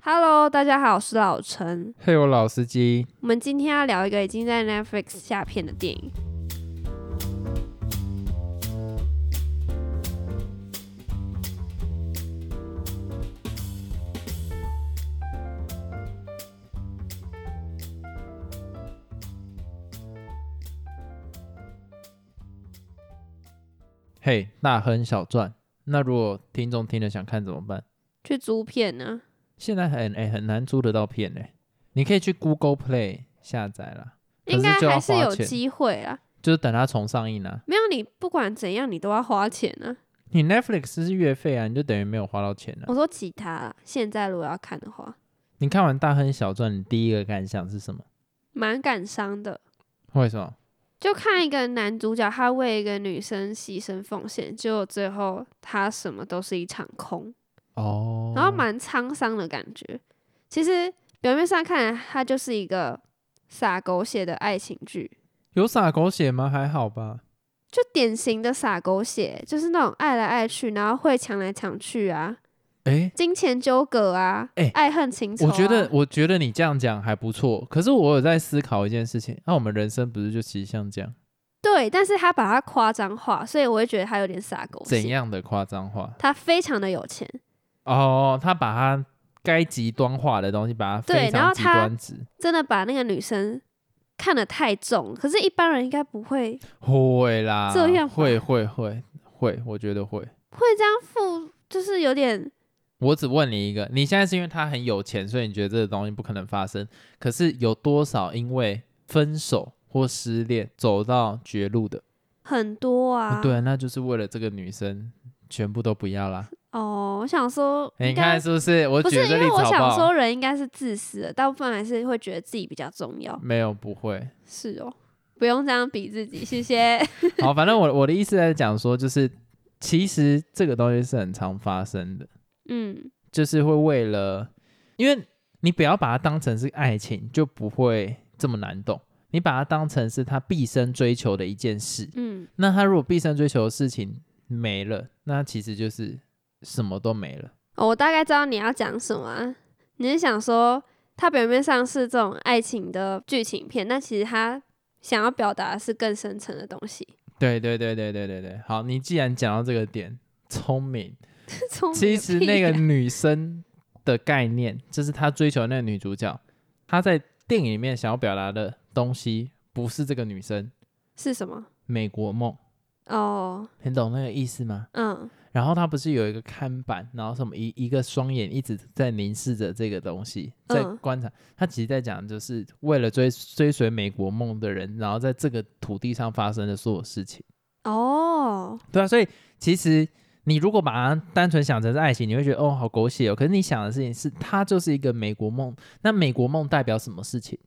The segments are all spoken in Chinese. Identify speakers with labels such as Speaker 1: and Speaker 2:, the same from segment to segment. Speaker 1: Hello，大家好，我是老陈。
Speaker 2: 嘿，我老司机，
Speaker 1: 我们今天要聊一个已经在 Netflix 下片的电影。
Speaker 2: 嘿，大亨小赚。那如果听众听了想看怎么办？
Speaker 1: 去租片呢、
Speaker 2: 现在很哎、很难租得到片哎、你可以去 Google Play 下载啦，可
Speaker 1: 应该
Speaker 2: 就要
Speaker 1: 还是
Speaker 2: 花
Speaker 1: 有
Speaker 2: 钱
Speaker 1: 机会啦。
Speaker 2: 就是等它重上映啊。
Speaker 1: 没有你，不管怎样，你都要花钱啊。
Speaker 2: 你 Netflix 是月费啊，你就等于没有花到钱啊。
Speaker 1: 我说其他啦，现在如果要看的话，
Speaker 2: 你看完大亨小传，你第一个感想是什么？
Speaker 1: 蛮感伤的。
Speaker 2: 为什么？
Speaker 1: 就看一个男主角，他为一个女生牺牲奉献，结果最后他什么都是一场空，
Speaker 2: 哦，
Speaker 1: 然后蛮沧桑的感觉。其实表面上看，它就是一个撒狗血的爱情剧，
Speaker 2: 有洒狗血吗？还好吧。
Speaker 1: 就典型的撒狗血，就是那种爱来爱去，然后会抢来抢去啊，
Speaker 2: 哎、
Speaker 1: 金钱纠葛啊，
Speaker 2: 哎
Speaker 1: 爱恨情仇、啊
Speaker 2: 我觉得，，我觉得你这样讲还不错。可是我有在思考一件事情，那、我们人生不是就其实像这样
Speaker 1: 对，但是他把它夸张化，所以我会觉得他有点撒狗
Speaker 2: 怎
Speaker 1: 血。
Speaker 2: 样的夸张化？
Speaker 1: 他非常的有钱，
Speaker 2: 哦，他把他该极端化的东西，把它
Speaker 1: 对
Speaker 2: 非
Speaker 1: 然后
Speaker 2: 常极
Speaker 1: 他
Speaker 2: 端值。
Speaker 1: 真的把那个女生看得太重，可是一般人应该不会
Speaker 2: 会啦，
Speaker 1: 这样吧
Speaker 2: 会会会会，我觉得会。
Speaker 1: 会这样付，就是有点
Speaker 2: 我只问你一个，你现在是因为他很有钱，所以你觉得这个东西不可能发生。可是有多少因为分手或失恋走到绝路的？哦
Speaker 1: 很多啊。
Speaker 2: 对，那就是为了这个女生，全部都不要啦。
Speaker 1: 哦，我想说，
Speaker 2: 哎你看是不是？我
Speaker 1: 不
Speaker 2: 举
Speaker 1: 是
Speaker 2: 的
Speaker 1: 因
Speaker 2: 这例
Speaker 1: 为
Speaker 2: 子
Speaker 1: 我
Speaker 2: 好不
Speaker 1: 想
Speaker 2: 好？
Speaker 1: 说，人应该是自私的，大部分还是会觉得自己比较重要。
Speaker 2: 没有，不会。
Speaker 1: 是哦，不用这样比自己，谢谢。
Speaker 2: 好，反正我我的意思在讲说，就是其实这个东西是很常发生的，
Speaker 1: 嗯，
Speaker 2: 就是会为了，因为你不要把它当成是爱情，就不会这么难懂。你把它当成是他毕生追求的一件事，
Speaker 1: 嗯，
Speaker 2: 那他如果毕生追求的事情没了，那其实就是什么都没了。
Speaker 1: 哦我大概知道你要讲什么啊、你是想说，它表面上是这种爱情的剧情片，但其实它想要表达的是更深层的东西。
Speaker 2: 对对对对对对对。好，你既然讲到这个点，聪明，
Speaker 1: 聪明
Speaker 2: 其
Speaker 1: 个
Speaker 2: 实
Speaker 1: 屁
Speaker 2: 那个
Speaker 1: 呀
Speaker 2: 女生的概念，就是她追求的那个女主角，她在电影里面想要表达的东西，不是这个女生
Speaker 1: 是什么？
Speaker 2: 美国梦，
Speaker 1: 哦，
Speaker 2: 你懂那个意思吗？
Speaker 1: 嗯，
Speaker 2: 然后她不是有一个看板，然后什么一一个双眼一直在凝视着这个东西，在
Speaker 1: 嗯
Speaker 2: 观察。她其实在讲，就是为了追追随美国梦的人，然后在这个土地上发生的所有事情。
Speaker 1: 哦，
Speaker 2: 对啊，所以其实你如果把它单纯想成是爱情，你会觉得哦好狗血哦。可是你想的事情是，它就是一个美国梦。那美国梦代表什么事情？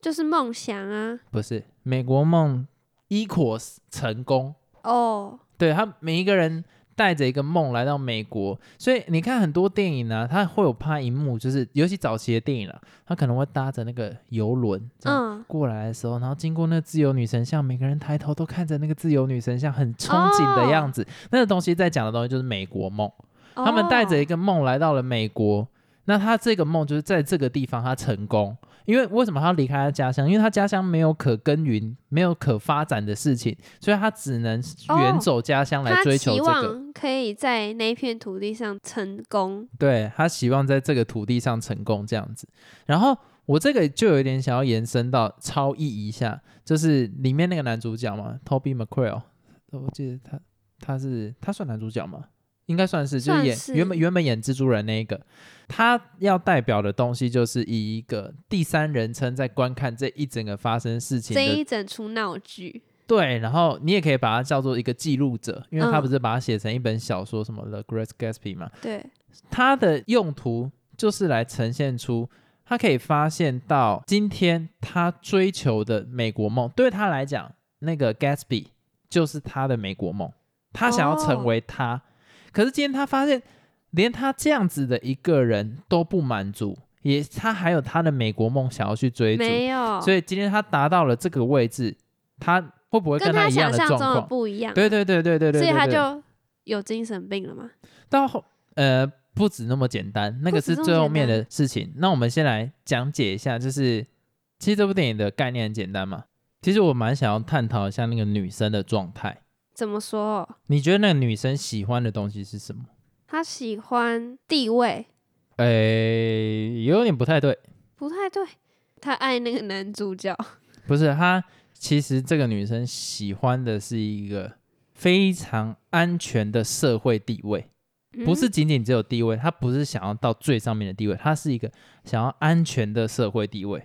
Speaker 1: 就是梦想啊。
Speaker 2: 不是美国梦 equals 成功。
Speaker 1: 哦，
Speaker 2: 对他每一个人带着一个梦来到美国，所以你看很多电影呢、啊，它会有拍一幕，就是尤其早期的电影啊，它可能会搭着那个游轮，这样
Speaker 1: 嗯，
Speaker 2: 过来的时候，然后经过那个自由女神像，每个人抬头都看着那个自由女神像，很憧憬的样子。那个东西在讲的东西就是美国梦，他们带着一
Speaker 1: 哦
Speaker 2: 个梦来到了美国。那他这个梦就是在这个地方他成功，因为为什么他要离开他家乡？因为他家乡没有可耕耘、没有可发展的事情，所以他只能远走家乡来
Speaker 1: 他
Speaker 2: 追求
Speaker 1: 期
Speaker 2: 这个。
Speaker 1: 望可以在那一片土地上成功。
Speaker 2: 对他希望在这个土地上成功这样子。然后我这个就有点想要延伸到超意一下，就是里面那个男主角嘛，Toby McCrail，我记得他他是他算男主角吗？应该算是，就
Speaker 1: 算
Speaker 2: 演
Speaker 1: 是
Speaker 2: 原本原本演蜘蛛人那一个，他要代表的东西就是以一个第三人称在观看这一整个发生事情
Speaker 1: 这
Speaker 2: 的
Speaker 1: 一整出闹剧，
Speaker 2: 对，然后你也可以把它叫做一个记录者，因为他
Speaker 1: 嗯
Speaker 2: 不是把它写成一本小说什么《The Great Gatsby》嘛，
Speaker 1: 对，
Speaker 2: 它的用途就是来呈现出他可以发现到今天他追求的美国梦，对他来讲，那个 Gatsby 就是他的美国梦，他想要成为他。可是今天他发现，连他这样子的一个人都不满足，也他还有他的美国梦想要去追逐，
Speaker 1: 没有，
Speaker 2: 所以今天他达到了这个位置，他会不会
Speaker 1: 跟
Speaker 2: 他一样
Speaker 1: 想象
Speaker 2: 状
Speaker 1: 中的
Speaker 2: 况？
Speaker 1: 不一样，
Speaker 2: 对对对对对对对，
Speaker 1: 所以他
Speaker 2: 对
Speaker 1: 就有精神病了嘛？
Speaker 2: 到后呃不止那么简单，那个是最后面的事情。那我们先来讲解一下，就是其实这部电影的概念很简单嘛。其实我蛮想要探讨一下那个女生的状态。
Speaker 1: 怎么说？
Speaker 2: 你觉得那个女生喜欢的东西是什么？
Speaker 1: 他喜欢地位，
Speaker 2: 诶，呃有点不太对，
Speaker 1: 不太对。他爱那个男主角，
Speaker 2: 不是她。其实这个女生喜欢的是一个非常安全的社会地位，
Speaker 1: 嗯
Speaker 2: 不是仅仅只有地位，她不是想要到最上面的地位，她是一个想要安全的社会地位。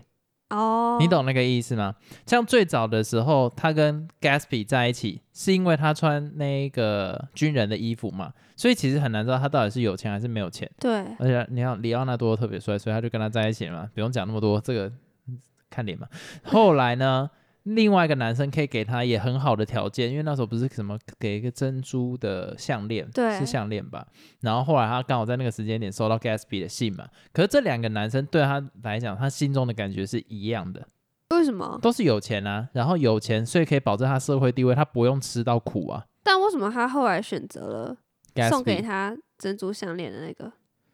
Speaker 1: 哦，
Speaker 2: 你懂那个意思吗？像最早的时候，他跟 Gatsby 在一起，是因为他穿那个军人的衣服嘛，所以其实很难知道他到底是有钱还是没有钱。
Speaker 1: 对，
Speaker 2: 而且你看里奥纳多特别帅，所以他就跟他在一起了嘛，不用讲那么多，这个嗯看脸嘛。后来呢，另外一个男生可以给他也很好的条件，因为那时候不是什么给一个珍珠的项链，
Speaker 1: 对
Speaker 2: 是项链吧？然后后来他刚好在那个时间点收到 Gatsby 的信嘛，可是这两个男生对他来讲，他心中的感觉是一样的，
Speaker 1: 为什么？
Speaker 2: 都是有钱啊，然后有钱，所以可以保证他社会地位，他不用吃到苦啊。
Speaker 1: 但为什么他后来选择了
Speaker 2: Gatsby
Speaker 1: 送给他珍珠项链的那个？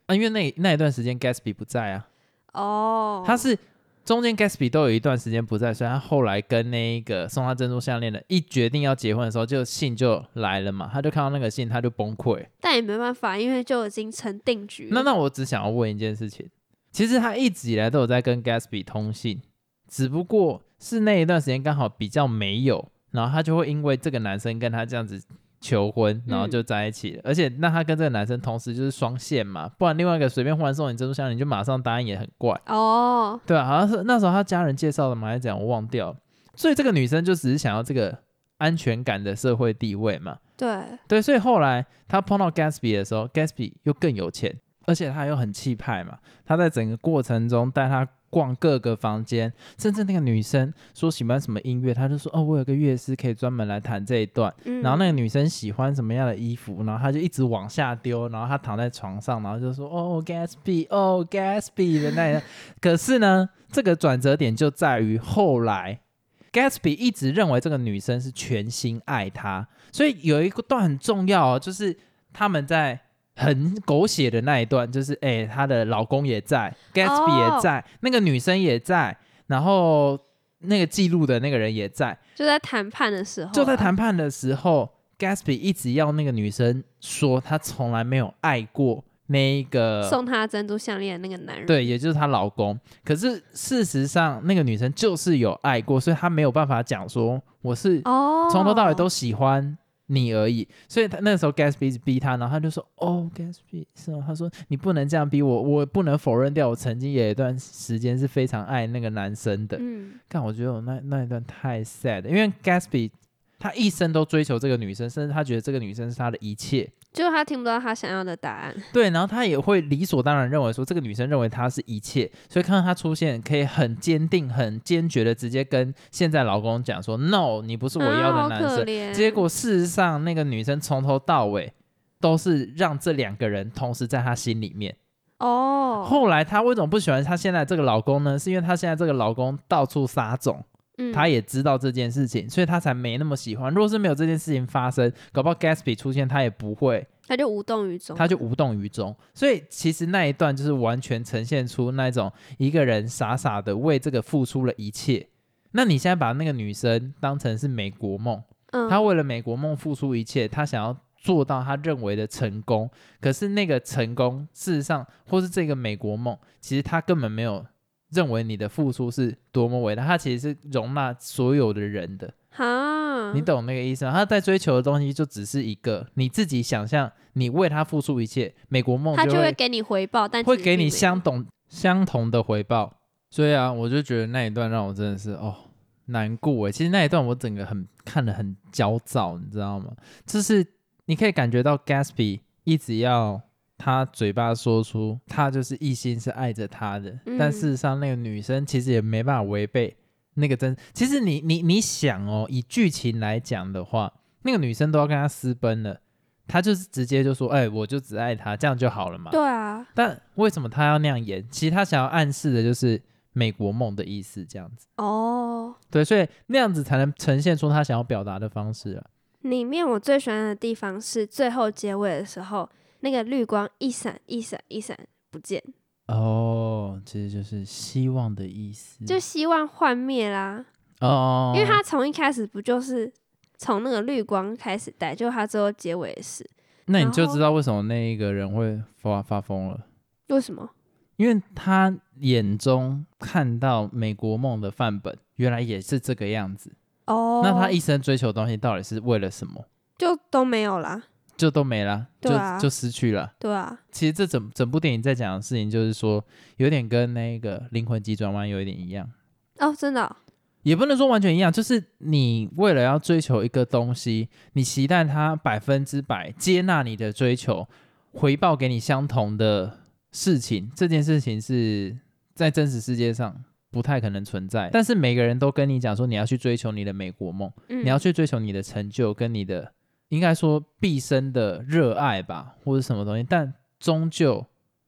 Speaker 2: 啊，因为那那一段时间 Gatsby 不在啊，
Speaker 1: 哦，
Speaker 2: 他是中间 Gatsby 都有一段时间不在，所以他后来跟那个送他珍珠项链的，一决定要结婚的时候，就信就来了嘛，他就看到那个信，他就崩溃。
Speaker 1: 但也没办法，因为就已经成定局了。
Speaker 2: 那那我只想要问一件事情，其实他一直以来都有在跟 Gatsby 通信，只不过是那一段时间刚好比较没有，然后他就会因为这个男生跟他这样子。求婚，然后就在一起了，而且那他跟这个男生同时就是双线嘛，不然另外一个随便忽然送你珍珠项链，你就马上答应也很怪。
Speaker 1: 哦，
Speaker 2: 对啊，好像是那时候他家人介绍的嘛，还是怎样，我忘掉了。所以这个女生就只是想要这个安全感的社会地位嘛。
Speaker 1: 对，
Speaker 2: 对，所以后来她碰到 Gatsby 的时候，Gatsby 又更有钱，而且他又很气派嘛。他在整个过程中带她逛各个房间，甚至那个女生说喜欢什么音乐，他就说哦，我有个乐师可以专门来弹这一段。
Speaker 1: 嗯，
Speaker 2: 然后那个女生喜欢什么样的衣服，然后她就一直往下丢，然后她躺在床上，然后就说：“哦，Gatsby，哦，Gatsby 的那样。” 可是呢，这个转折点就在于后来，Gatsby 一直认为这个女生是全心爱他，所以有一个段很重要哦，就是他们在。很狗血的那一段，就是哎、她的老公也在，Gatsby 也在那个女生也在，然后那个记录的那个人也在，
Speaker 1: 就在谈判的时候啊，
Speaker 2: 就在谈判的时候，Gatsby 一直要那个女生说他从来没有爱过那一个，
Speaker 1: 送他珍珠项链的那个男人。
Speaker 2: 对，也就是她老公。可是事实上，那个女生就是有爱过，所以她没有办法讲说我是
Speaker 1: 哦，
Speaker 2: 从头到尾都喜欢你而已。所以他那时候 Gatsby 一直逼他，然后他就说：“哦，Gatsby 是吗？”他说：“你不能这样逼我，我不能否认掉我曾经有一段时间是非常爱那个男生的。”
Speaker 1: 嗯，
Speaker 2: 但我觉得我那那一段太 sad，了因为 Gatsby 他一生都追求这个女生，甚至他觉得这个女生是他的一切。
Speaker 1: 就是他听不到他想要的答案。
Speaker 2: 对，然后他也会理所当然认为说这个女生认为他是一切，所以看到他出现，可以很坚定、很坚决的直接跟现在老公讲说：“No，你不是我要
Speaker 1: 啊
Speaker 2: 的
Speaker 1: 好
Speaker 2: 男
Speaker 1: 可
Speaker 2: 生。
Speaker 1: 怜
Speaker 2: 结果事实上，那个女生从头到尾都是让这两个人同时在她心里面。
Speaker 1: 哦，
Speaker 2: 后来她为什么不喜欢她现在这个老公呢？是因为她现在这个老公到处撒种。
Speaker 1: 嗯
Speaker 2: 他也知道这件事情，所以他才没那么喜欢。如果是没有这件事情发生，搞不好 Gatsby 出现，他也不会，
Speaker 1: 他就无动于衷，
Speaker 2: 他就无动于衷。所以其实那一段就是完全呈现出那种一个人傻傻的为这个付出了一切。那你现在把那个女生当成是美国梦，
Speaker 1: 嗯
Speaker 2: 她为了美国梦付出一切，她想要做到她认为的成功。可是那个成功，事实上或是这个美国梦，其实她根本没有认为你的付出是多么伟大，她其实是容纳所有的人的。
Speaker 1: 哈，
Speaker 2: 你懂那个意思吗？她在追求的东西就只是一个你自己想象，你为她付出一切，美国梦
Speaker 1: 他就会
Speaker 2: 会
Speaker 1: 给你回报，但
Speaker 2: 会
Speaker 1: 其实
Speaker 2: 给
Speaker 1: 并没
Speaker 2: 你
Speaker 1: 有
Speaker 2: 相同相同的回报。所以啊，我就觉得那一段让我真的是哦难过诶。欸其实那一段我整个很看得很焦躁，你知道吗？就是你可以感觉到 Gatsby 一直要他嘴巴说出他就是一心是爱着他的，
Speaker 1: 嗯
Speaker 2: 但事实上那个女生其实也没办法违背那个真。其实你你你想哦，以剧情来讲的话，那个女生都要跟他私奔了，他就是直接就说：“哎、我就只爱他，这样就好了嘛。”
Speaker 1: 对啊，
Speaker 2: 但为什么他要那样演？其实他想要暗示的就是美国梦的意思，这样子。
Speaker 1: 哦，
Speaker 2: 对，所以那样子才能呈现出他想要表达的方式啊。
Speaker 1: 里面我最喜欢的地方是最后结尾的时候，那个绿光一闪一闪一闪不见，
Speaker 2: 嗯哦，其实就是希望的意思，
Speaker 1: 就希望幻灭啦。
Speaker 2: 哦，
Speaker 1: 因为他从一开始不就是从那个绿光开始带，就他最后结尾也是
Speaker 2: 那你就
Speaker 1: 然后
Speaker 2: 知道为什么那一个人会发发疯了，
Speaker 1: 为什么？
Speaker 2: 因为他眼中看到美国梦的范本原来也是这个样子，
Speaker 1: 哦，
Speaker 2: 那他一生追求的东西到底是为了什么？
Speaker 1: 就都没有啦，
Speaker 2: 就都没啦，就、
Speaker 1: 对啊
Speaker 2: 就失去了。
Speaker 1: 对啊，
Speaker 2: 其实这整整部电影在讲的事情，就是说有点跟那个《灵魂急转弯》有一点一样，
Speaker 1: 哦，真的哦、
Speaker 2: 也不能说完全一呃样，就是你为了要追求一个东西，你期待它百分之百接纳你的追求，回报给你相同的事情，这件事情是在真实世界上不太可能存在。但是每个人都跟你讲说，你要去追求你的美国梦，
Speaker 1: 嗯，
Speaker 2: 你要去追求你的成就跟你的，应该说毕生的热爱吧，或者什么东西。但终究，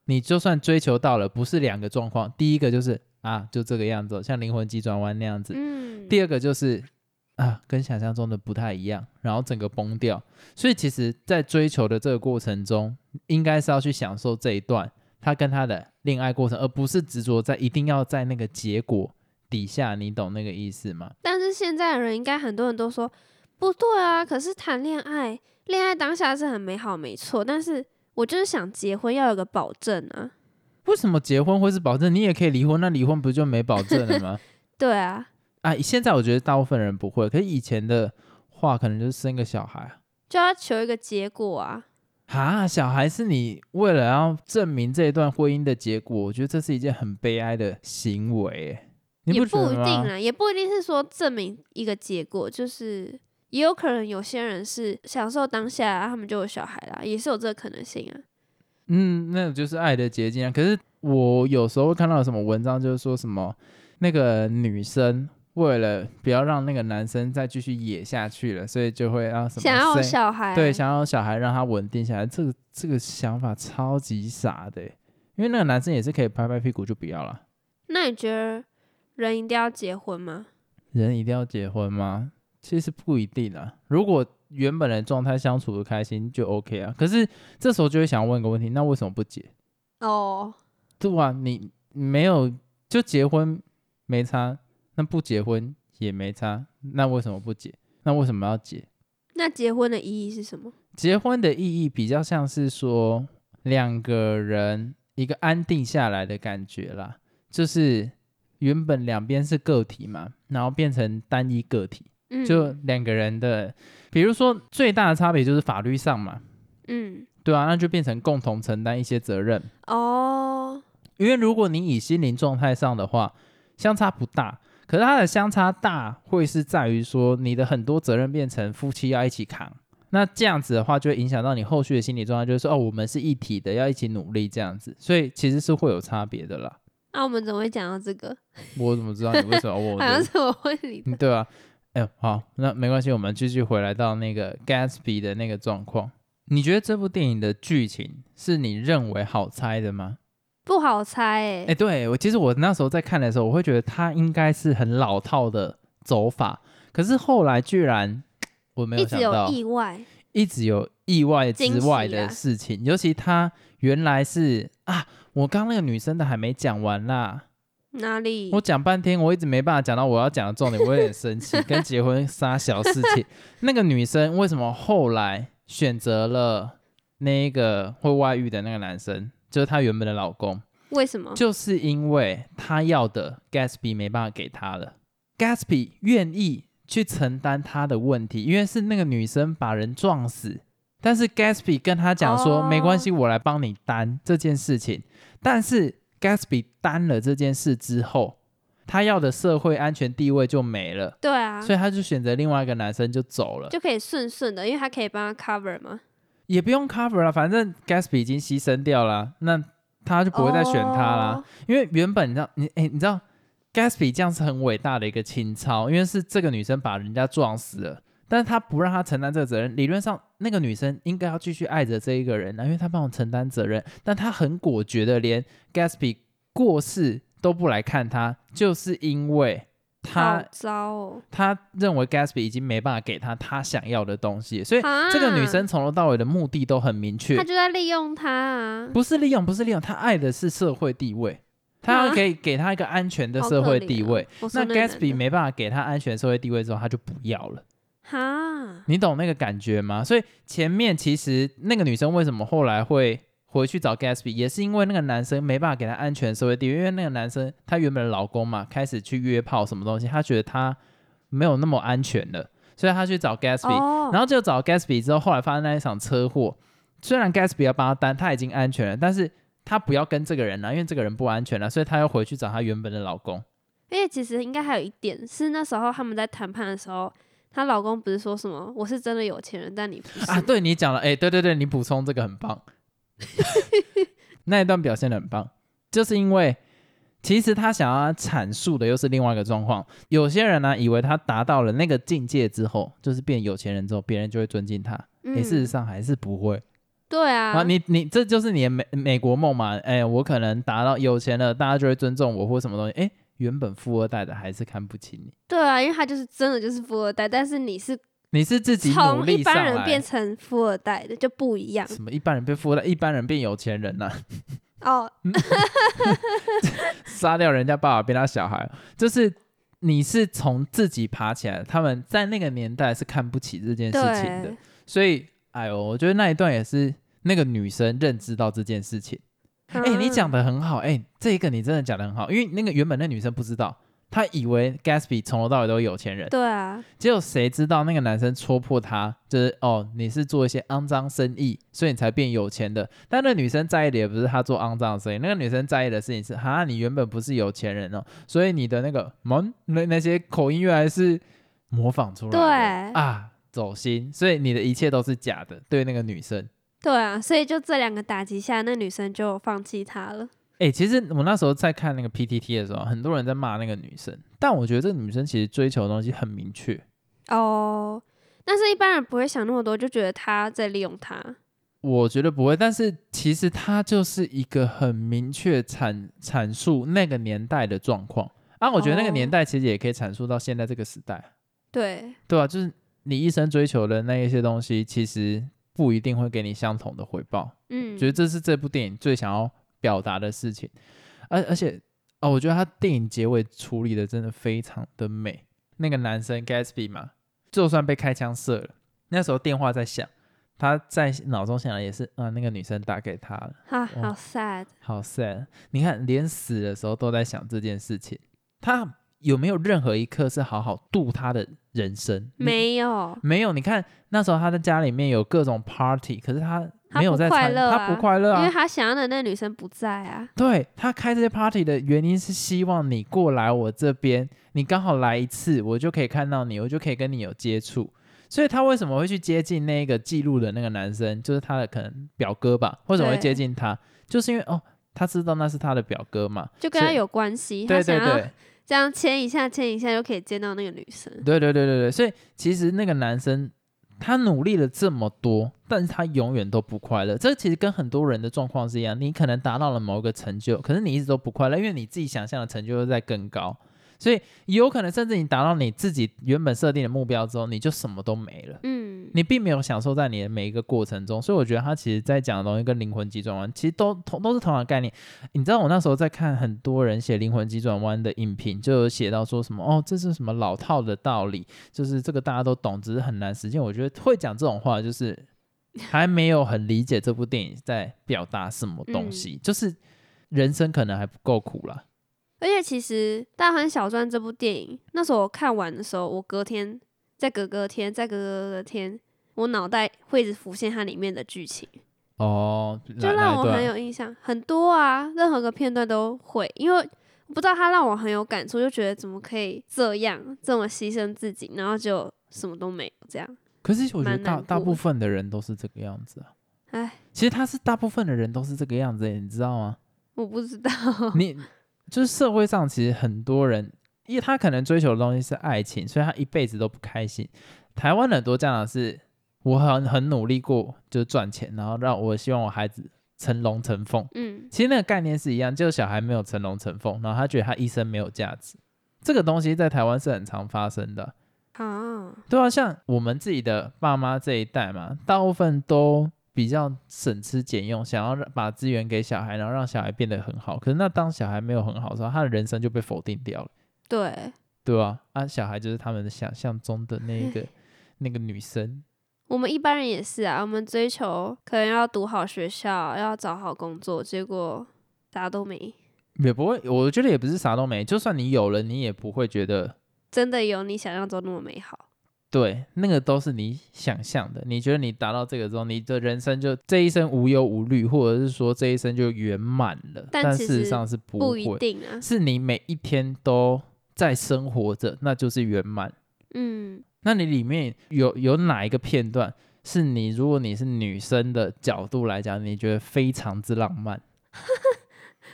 Speaker 2: 你就算追求到了，不是两个状况。第一个就是啊，就这个样子哦，像灵魂急转弯那样子；
Speaker 1: 嗯，
Speaker 2: 第二个就是啊，跟想象中的不太一样，然后整个崩掉。所以其实，在追求的这个过程中，应该是要去享受这一段他跟他的恋爱过程，而不是执着在一定要在那个结果底下。你懂那个意思吗？
Speaker 1: 但是现在的人应该很多人都说不对啊，可是谈恋爱，恋爱当下是很美好，没错，但是我就是想结婚要有个保证啊，
Speaker 2: 为什么结婚会是保证？你也可以离婚，那离婚不就没保证了吗？
Speaker 1: 对啊，
Speaker 2: 啊，现在我觉得大部分人不会，可是以前的话，可能就是生个小孩
Speaker 1: 就要求一个结果啊，
Speaker 2: 啊，小孩是你为了要证明这一段婚姻的结果，我觉得这是一件很悲哀的行为耶，你
Speaker 1: 也
Speaker 2: 觉
Speaker 1: 不
Speaker 2: 得
Speaker 1: 一
Speaker 2: 吗
Speaker 1: 定？啦，啊也不一定是说证明一个结果，就是也有可能有些人是享受当下、啊，他们就有小孩啦，也是有这个可能性啊。
Speaker 2: 嗯，那就是爱的结晶啊。可是我有时候会看到有什么文章，就是说什么那个女生为了不要让那个男生再继续野下去了，所以就会让什么
Speaker 1: 想要有
Speaker 2: 生
Speaker 1: 小孩，啊
Speaker 2: 对，想要有小孩让他稳定下来，这个这个想法超级傻的欸，因为那个男生也是可以拍拍屁股就不要了。
Speaker 1: 那你觉得人一定要结婚吗？
Speaker 2: 人一定要结婚吗？其实不一定啊。如果原本的状态相处的开心就 OK 啊。可是这时候就会想问一个问题，那为什么不结？
Speaker 1: 哦，
Speaker 2: 对啊，你没有就结婚没差，那不结婚也没差，那为什么不结？那为什么要结？
Speaker 1: 那结婚的意义是什么？
Speaker 2: 结婚的意义比较像是说两个人一个安定下来的感觉啦，就是原本两边是个体嘛，然后变成单一个体，
Speaker 1: 嗯，
Speaker 2: 就两个人的，比如说最大的差别就是法律上嘛，
Speaker 1: 嗯，
Speaker 2: 对啊，那就变成共同承担一些责任，
Speaker 1: 哦，
Speaker 2: 因为如果你以心灵状态上的话，相差不大。可是它的相差大，会是在于说你的很多责任变成夫妻要一起扛。那这样子的话，就会影响到你后续的心理状态，就是说哦，我们是一体的，要一起努力这样子。所以其实是会有差别的啦。
Speaker 1: 那、我们怎么会讲到这个？
Speaker 2: 我怎么知道你为什么要问我
Speaker 1: 好像
Speaker 2: 这个？
Speaker 1: 是我问你的。
Speaker 2: 嗯，对啊。哎、好，那没关系，我们继续回来到那个 Gatsby 的那个状况。你觉得这部电影的剧情是你认为好猜的吗？
Speaker 1: 不好猜哎、
Speaker 2: 哎、对我其实我那时候在看的时候，我会觉得他应该是很老套的走法，可是后来居然我没
Speaker 1: 一
Speaker 2: 有
Speaker 1: 直
Speaker 2: 想
Speaker 1: 有
Speaker 2: 到，
Speaker 1: 意外，
Speaker 2: 一直有意外之外
Speaker 1: 惊喜啊
Speaker 2: 的
Speaker 1: 啦
Speaker 2: 事情，尤其他原来是啊，我刚那个女生的还没讲完啦，
Speaker 1: 哪里？
Speaker 2: 我讲半天，我一直没办法讲到我要讲的重点，我有点生气，跟结婚 仨小事情。那个女生为什么后来选择了那一个会外遇的那个男生，就是她原本的老公？
Speaker 1: 为什么？
Speaker 2: 就是因为他要的 Gatsby 没办法给他了，Gatsby 愿意去承担他的问题，因为是那个女生把人撞死，但是 Gatsby 跟他讲说、
Speaker 1: 哦
Speaker 2: 没关系，我来帮你担这件事情。但是 Gatsby 担了这件事之后，他要的社会安全地位就没了，
Speaker 1: 对啊，
Speaker 2: 所以他就选择另外一个男生就走了，
Speaker 1: 就可以顺顺的，因为他可以帮他 cover 嘛。
Speaker 2: 也不用 cover 了，反正 Gatsby 已经牺牲掉了，那他就不会再选他啦。
Speaker 1: 哦
Speaker 2: 因为原本你知道，你哎、你知道 Gatsby 这样是很伟大的一个情操，因为是这个女生把人家撞死了，但是他不让她承担这个责任。理论上，那个女生应该要继续爱着这一个人啊，因为她帮我承担责任。但她很果决的，连 Gatsby 过世都不来看她，就是因为她
Speaker 1: 好
Speaker 2: 他
Speaker 1: 糟哦！
Speaker 2: 他认为 Gatsby 已经没办法给他他想要的东西，所以
Speaker 1: 啊
Speaker 2: 这个女生从头到尾的目的都很明确
Speaker 1: 他，就在利用他啊，
Speaker 2: 不是利用，不是利用，她爱的是社会地位，她要
Speaker 1: 啊
Speaker 2: 给给她一个安全的
Speaker 1: 好
Speaker 2: 社
Speaker 1: 可
Speaker 2: 会
Speaker 1: 怜
Speaker 2: 地
Speaker 1: 哦
Speaker 2: 位。
Speaker 1: 我说
Speaker 2: 那
Speaker 1: 那个男
Speaker 2: Gatsby
Speaker 1: 的
Speaker 2: 没办法给她安全的社会地位之后，她就不要了。
Speaker 1: 哈，
Speaker 2: 你懂那个感觉吗？所以前面其实那个女生为什么后来会回去找 Gatsby，也是因为那个男生没办法给她安全的社会地位，因为那个男生她原本的老公嘛，开始去约炮什么东西，她觉得她没有那么安全了，所以她去找 Gatsby，、
Speaker 1: 哦，
Speaker 2: 然后就找 Gatsby 之后，后来发生那一场车祸，虽然 Gatsby 要帮他担，他已经安全了，但是他不要跟这个人了、因为这个人不安全了、所以他要回去找她原本的 老公。
Speaker 1: 而且其实应该还有一点是那时候他们在谈判的时候，她老公不是说什么我是真的有钱人，但你不是。
Speaker 2: 啊，对你讲了，哎、对对对，你补充这个 很棒，那一段表现的很棒，就是因为其实他想要阐述的又是另外一个状况。有些人呢、以为他达到了那个境界之后，就是变有钱人之后，别人就会尊敬他，哎、
Speaker 1: 嗯，
Speaker 2: 事实上还是不会。
Speaker 1: 对啊，
Speaker 2: 啊，你你这就是你的美美国梦嘛？哎、我可能达到有钱了，大家就会尊重我或什么东西，哎、原本富二代的还是看不起你，
Speaker 1: 对啊，因为他就是真的就是富二代，但是你是
Speaker 2: 你是自己努
Speaker 1: 从
Speaker 2: 力
Speaker 1: 一
Speaker 2: 上
Speaker 1: 般
Speaker 2: 来。
Speaker 1: 人变成富二代的就不一样
Speaker 2: 什么一般人变富二代，一般人变有钱人呐、啊
Speaker 1: 哦。
Speaker 2: 杀掉人家爸爸变他小孩，啊就是你是从自己爬起来的。他们在那个年代是看不起这件事情的
Speaker 1: 对，，
Speaker 2: 所以哎呦，我觉得那一段也是那个女生认知到这件事情。
Speaker 1: 嗯
Speaker 2: 哎、你讲的很好，哎、这一个你真的讲的很好，因为那个原本那女生不知道，她以为 Gatsby 从头到尾都是有钱人，
Speaker 1: 对啊，
Speaker 2: 结果谁知道那个男生戳破她，就是哦，你是做一些肮脏生意，所以你才变有钱的。但那女生在意的也不是她做肮脏的生意，那个女生在意的事情是，哈，你原本不是有钱人哦，所以你的那个嗯，那那些口音原来是模仿出来的，
Speaker 1: 对
Speaker 2: 啊，走心，所以你的一切都是假的。对那个女生，
Speaker 1: 对啊，所以就这两个打击下，那女生就放弃他了。
Speaker 2: 哎、其实我那时候在看那个 PTT 的时候，很多人在骂那个女生，但我觉得这个女生其实追求的东西很明确。
Speaker 1: 哦，但是一般人不会想那么多，就觉得他在利用他。
Speaker 2: 我觉得不会，但是其实它就是一个很明确阐阐述那个年代的状况啊。我觉得那个
Speaker 1: 哦
Speaker 2: 年代其实也可以阐述到现在这个时代，
Speaker 1: 对，
Speaker 2: 对啊，就是你一生追求的那一些东西，其实不一定会给你相同的回报。
Speaker 1: 嗯，
Speaker 2: 觉得这是这部电影最想要表达的事情，而而且哦，我觉得他电影结尾处理的真的非常的美。那个男生 Gatsby 嘛，就算被开枪射了，那时候电话在响，他在脑中想的也是，啊、那个女生打给他了，
Speaker 1: 啊，
Speaker 2: 哇
Speaker 1: 好 sad。
Speaker 2: 好 sad。你看，连死的时候都在想这件事情，他有没有任何一刻是好好度他的人生？你
Speaker 1: 没有，
Speaker 2: 没有，你看那时候他在家里面有各种 party，可是他
Speaker 1: 他
Speaker 2: 没有
Speaker 1: 不
Speaker 2: 在
Speaker 1: 快
Speaker 2: 参
Speaker 1: 乐
Speaker 2: 他
Speaker 1: 啊
Speaker 2: 不快乐啊，
Speaker 1: 因为他想要的那女生不在啊。
Speaker 2: 对他开这些 party 的原因是希望你过来我这边，你刚好来一次，我就可以看到你，我就可以跟你有接触。所以他为什么会去接近那个记录的那个男生，就是他的可能表哥吧？为什么会接
Speaker 1: 对
Speaker 2: 近他？就是因为哦，他知道那是他的表哥嘛。
Speaker 1: 就跟
Speaker 2: 所
Speaker 1: 他
Speaker 2: 以
Speaker 1: 有关系，
Speaker 2: 对
Speaker 1: 他
Speaker 2: 对
Speaker 1: 想要
Speaker 2: 对
Speaker 1: 这样牵一下，牵一下就可以见到那个女生。
Speaker 2: 对对对对对，所以其实那个男生他努力了这么多，但是他永远都不快乐。这其实跟很多人的状况是一样，你可能达到了某一个成就，可是你一直都不快乐，因为你自己想象的成就又在更高，所以有可能甚至你达到你自己原本设定的目标之后，你就什么都没了。
Speaker 1: 嗯，
Speaker 2: 你并没有享受在你的每一个过程中，所以我觉得他其实在讲的东西跟灵魂急转弯啊其实都同都是同样的概念。你知道我那时候在看很多人写灵魂急转弯的影评，就有写到说什么哦，这是什么老套的道理，就是这个大家都懂，只是很难实现。我觉得会讲这种话就是还没有很理解这部电影在表达什么东西，就是人生可能还不够苦啦。
Speaker 1: 而且其实《大亨小传》这部电影，那时候我看完的时候，我隔天再隔隔天再隔隔隔天，我脑袋会一直浮现它里面的剧情，
Speaker 2: 哦，
Speaker 1: 就
Speaker 2: 哪哪
Speaker 1: 让
Speaker 2: 一
Speaker 1: 我
Speaker 2: 段
Speaker 1: 很有印象，很多啊，任何个片段都会，因为我不知道它让我很有感触，就觉得怎么可以这样这么牺牲自己，然后就什么都没有这样，
Speaker 2: 可是我觉得
Speaker 1: 蛮难
Speaker 2: 大大
Speaker 1: 过
Speaker 2: 部分的人都是这个样子啊。
Speaker 1: 唉，
Speaker 2: 其实他是大部分的人都是这个样子，你知道吗？
Speaker 1: 我不知道，
Speaker 2: 你就是社会上其实很多人，因为他可能追求的东西是爱情，所以他一辈子都不开心。台湾很多家长是，我很很努力过，就是赚钱，然后让我希望我孩子成龙成凤。
Speaker 1: 嗯
Speaker 2: 其实那个概念是一样，就是小孩没有成龙成凤，然后他觉得他一生没有价值。这个东西在台湾是很常发生的。
Speaker 1: 啊，
Speaker 2: 对啊，像我们自己的爸妈这一代嘛，大部分都比较省吃俭用，想要让把资源给小孩，然后让小孩变得很好。可是那当小孩没有很好的时候，他的人生就被否定掉了，
Speaker 1: 对
Speaker 2: 对吧、啊？小孩就是他们的想象中的那 一个那个女生。
Speaker 1: 我们一般人也是啊，我们追求可能要读好学校，要找好工作，结果啥都没。
Speaker 2: 也不会，我觉得也不是啥都没。就算你有了，你也不会觉得
Speaker 1: 真的有你想象中那么美好。
Speaker 2: 对，那个都是你想象的。你觉得你达到这个之后，你的人生就这一生无忧无虑，或者是说这一生就圆满了。
Speaker 1: 但
Speaker 2: 但
Speaker 1: 其
Speaker 2: 事实
Speaker 1: 实
Speaker 2: 上是不
Speaker 1: 不
Speaker 2: 会，
Speaker 1: 一定啊，
Speaker 2: 是你每一天都在生活着，那就是圆满。
Speaker 1: 嗯，
Speaker 2: 那你里面有有哪一个片段是你，如果你是女生的角度来讲，你觉得非常之 浪漫？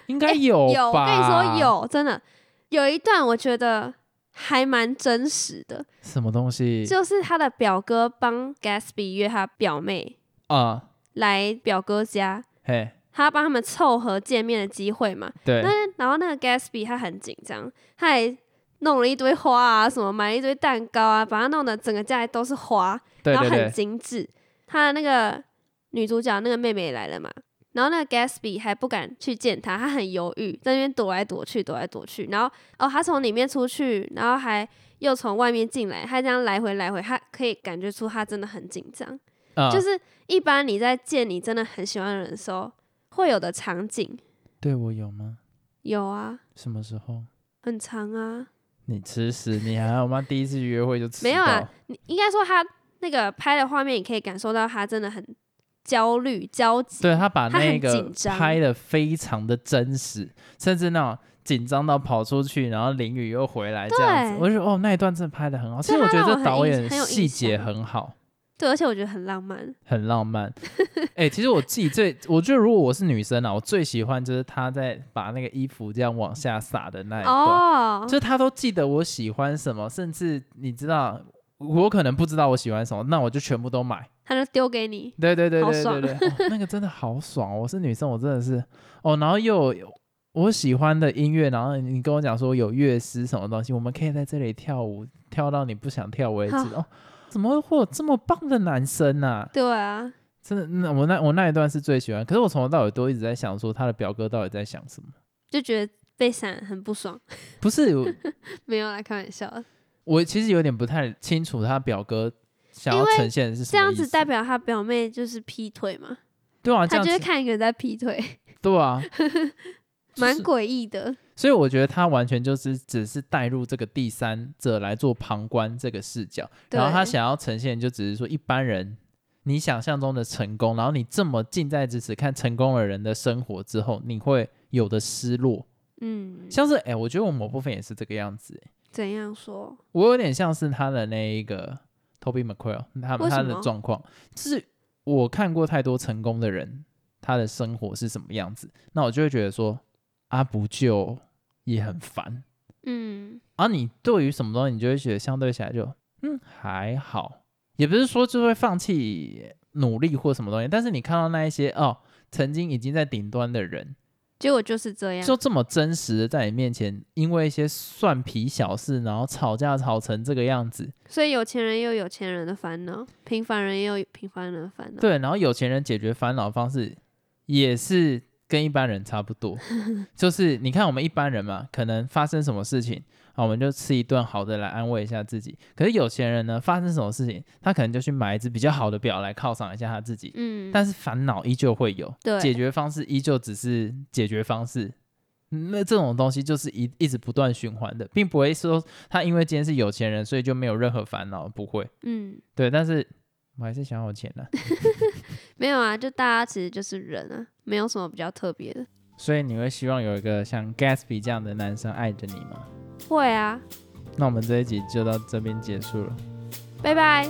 Speaker 2: 应该有
Speaker 1: 有，我跟你
Speaker 2: 吧？
Speaker 1: 说，有，真的有一段我觉得还蛮真实的，
Speaker 2: 什么东西
Speaker 1: 就是他的表哥帮 Gatsby 约他表妹
Speaker 2: 啊？
Speaker 1: 来表哥家，
Speaker 2: 嘿，
Speaker 1: 他帮他们凑合见面的机会嘛。
Speaker 2: 对，
Speaker 1: 那然后那个 Gatsby 他很紧张，他还弄了一堆花啊，什么买了一堆蛋糕啊，把他弄得整个家里都是花，
Speaker 2: 对
Speaker 1: 然
Speaker 2: 对
Speaker 1: 后很
Speaker 2: 对，
Speaker 1: 精致。他的那个女主角那个妹妹也来了嘛，然后那个 Gatsby 还不敢去见她，她很犹豫，在那边躲来躲去，躲来躲去。然后哦，她从里面出去，然后还又从外面进来，她这样来回来回，她可以感觉出她真的很紧张。
Speaker 2: 啊
Speaker 1: 就是一般你在见你真的很喜欢的人的时候会有的场景，
Speaker 2: 对我有吗？
Speaker 1: 有啊，
Speaker 2: 什么时候？
Speaker 1: 很长啊。
Speaker 2: 你吃屎！你还好吗？第一次约会就吃
Speaker 1: 没有啊你应该说她那个拍的画面，你可以感受到她真的很焦虑、焦急。
Speaker 2: 对他把
Speaker 1: 他
Speaker 2: 那
Speaker 1: 很
Speaker 2: 个
Speaker 1: 紧张
Speaker 2: 拍的非常的真实，甚至那种紧张到跑出去，然后淋雨又回来这样子，
Speaker 1: 对
Speaker 2: 我就觉得哦那一段真的拍的很好。其
Speaker 1: 对
Speaker 2: 实我
Speaker 1: 他
Speaker 2: 觉得
Speaker 1: 让
Speaker 2: 这
Speaker 1: 我
Speaker 2: 导
Speaker 1: 很印
Speaker 2: 演
Speaker 1: 很有印
Speaker 2: 细节
Speaker 1: 象
Speaker 2: 很好，
Speaker 1: 对，而且我觉得很浪漫。
Speaker 2: 很浪漫。 哎、其实我自己最，我觉得如果我是女生啊，我最喜欢就是她在把那个衣服这样往下撒的那一段，
Speaker 1: 哦，
Speaker 2: 哎就是她都记得我喜欢什么，甚至你知道。我可能不知道我喜欢什么，那我就全部都买。
Speaker 1: 他就丢给你，
Speaker 2: 对对对
Speaker 1: 好
Speaker 2: 对对
Speaker 1: 爽
Speaker 2: 对，哦那个真的好爽！哦我是女生，我真的是哦，然后又有我喜欢的音乐，然后你跟我讲说有乐师什么东西，我们可以在这里跳舞，跳到你不想跳为止。
Speaker 1: 好
Speaker 2: 哦，怎么会有这么棒的男生啊？
Speaker 1: 对啊，
Speaker 2: 真的，那我那我那一段是最喜欢，可是我从头到尾都一直在想说他的表哥到底在想什么？
Speaker 1: 就觉得被闪很不爽，
Speaker 2: 不是我，
Speaker 1: 没有啦，开玩笑的，
Speaker 2: 我其实有点不太清楚他表哥想要
Speaker 1: 因为
Speaker 2: 呈现的是什
Speaker 1: 这
Speaker 2: 么
Speaker 1: 样
Speaker 2: 意
Speaker 1: 子
Speaker 2: 思
Speaker 1: 代表他表妹就是劈腿嘛，
Speaker 2: 对啊，
Speaker 1: 他
Speaker 2: 这样
Speaker 1: 就是
Speaker 2: 子
Speaker 1: 看一个人在劈 腿，
Speaker 2: 对啊，就
Speaker 1: 蛮
Speaker 2: 是
Speaker 1: 诡异的，
Speaker 2: 所以我觉得他完全就是只是带入这个第三者来做旁观这个视角，
Speaker 1: 对
Speaker 2: 然后他想要呈现就只是说一般人你想象中的成功，然后你这么近在咫尺看成功的人的生活之后，你会有的失落，
Speaker 1: 嗯，
Speaker 2: 像是哎、诶我觉得我某部分也是这个样子、诶欸
Speaker 1: 怎样说？
Speaker 2: 我有点像是他的那一个 Toby McQuail，他
Speaker 1: 为什么
Speaker 2: 他的状况，就是我看过太多成功的人，他的生活是什么样子，那我就会觉得说啊不就也很烦。
Speaker 1: 嗯，
Speaker 2: 啊，你对于什么东西，你就会觉得相对起来就嗯还好，也不是说就会放弃努力或什么东西，但是你看到那一些哦，曾经已经在顶端的人，
Speaker 1: 结果就是这样，
Speaker 2: 就这么真实的在你面前，因为一些蒜皮小事，然后吵架吵成这个样子，
Speaker 1: 所以有钱人也有有钱人的烦恼，平凡人也有平凡人的烦恼，
Speaker 2: 对，然后有钱人解决烦恼方式也是跟一般人差不 多，就是你看我们一般人嘛，可能发生什么事情啊，我们就吃一顿好的来安慰一下自己。可是有钱人呢，发生什么事情，他可能就去买一只比较好的表来犒赏一下他自己，
Speaker 1: 嗯，
Speaker 2: 但是烦恼依旧会有，
Speaker 1: 对
Speaker 2: 解决方式依旧只是解决方式。嗯那这种东西就是一一直不断循环的，并不会说他因为今天是有钱人，所以就没有任何烦恼，不会。
Speaker 1: 嗯，
Speaker 2: 对，但是我还是想要有钱啊的、
Speaker 1: 没有啊，就大家其实就是人啊，没有什么比较特别的，
Speaker 2: 所以你会希望有一个像 Gatsby 这样的男生爱着你吗？
Speaker 1: 会啊，
Speaker 2: 那我们这一集就到这边结束了。
Speaker 1: 拜拜。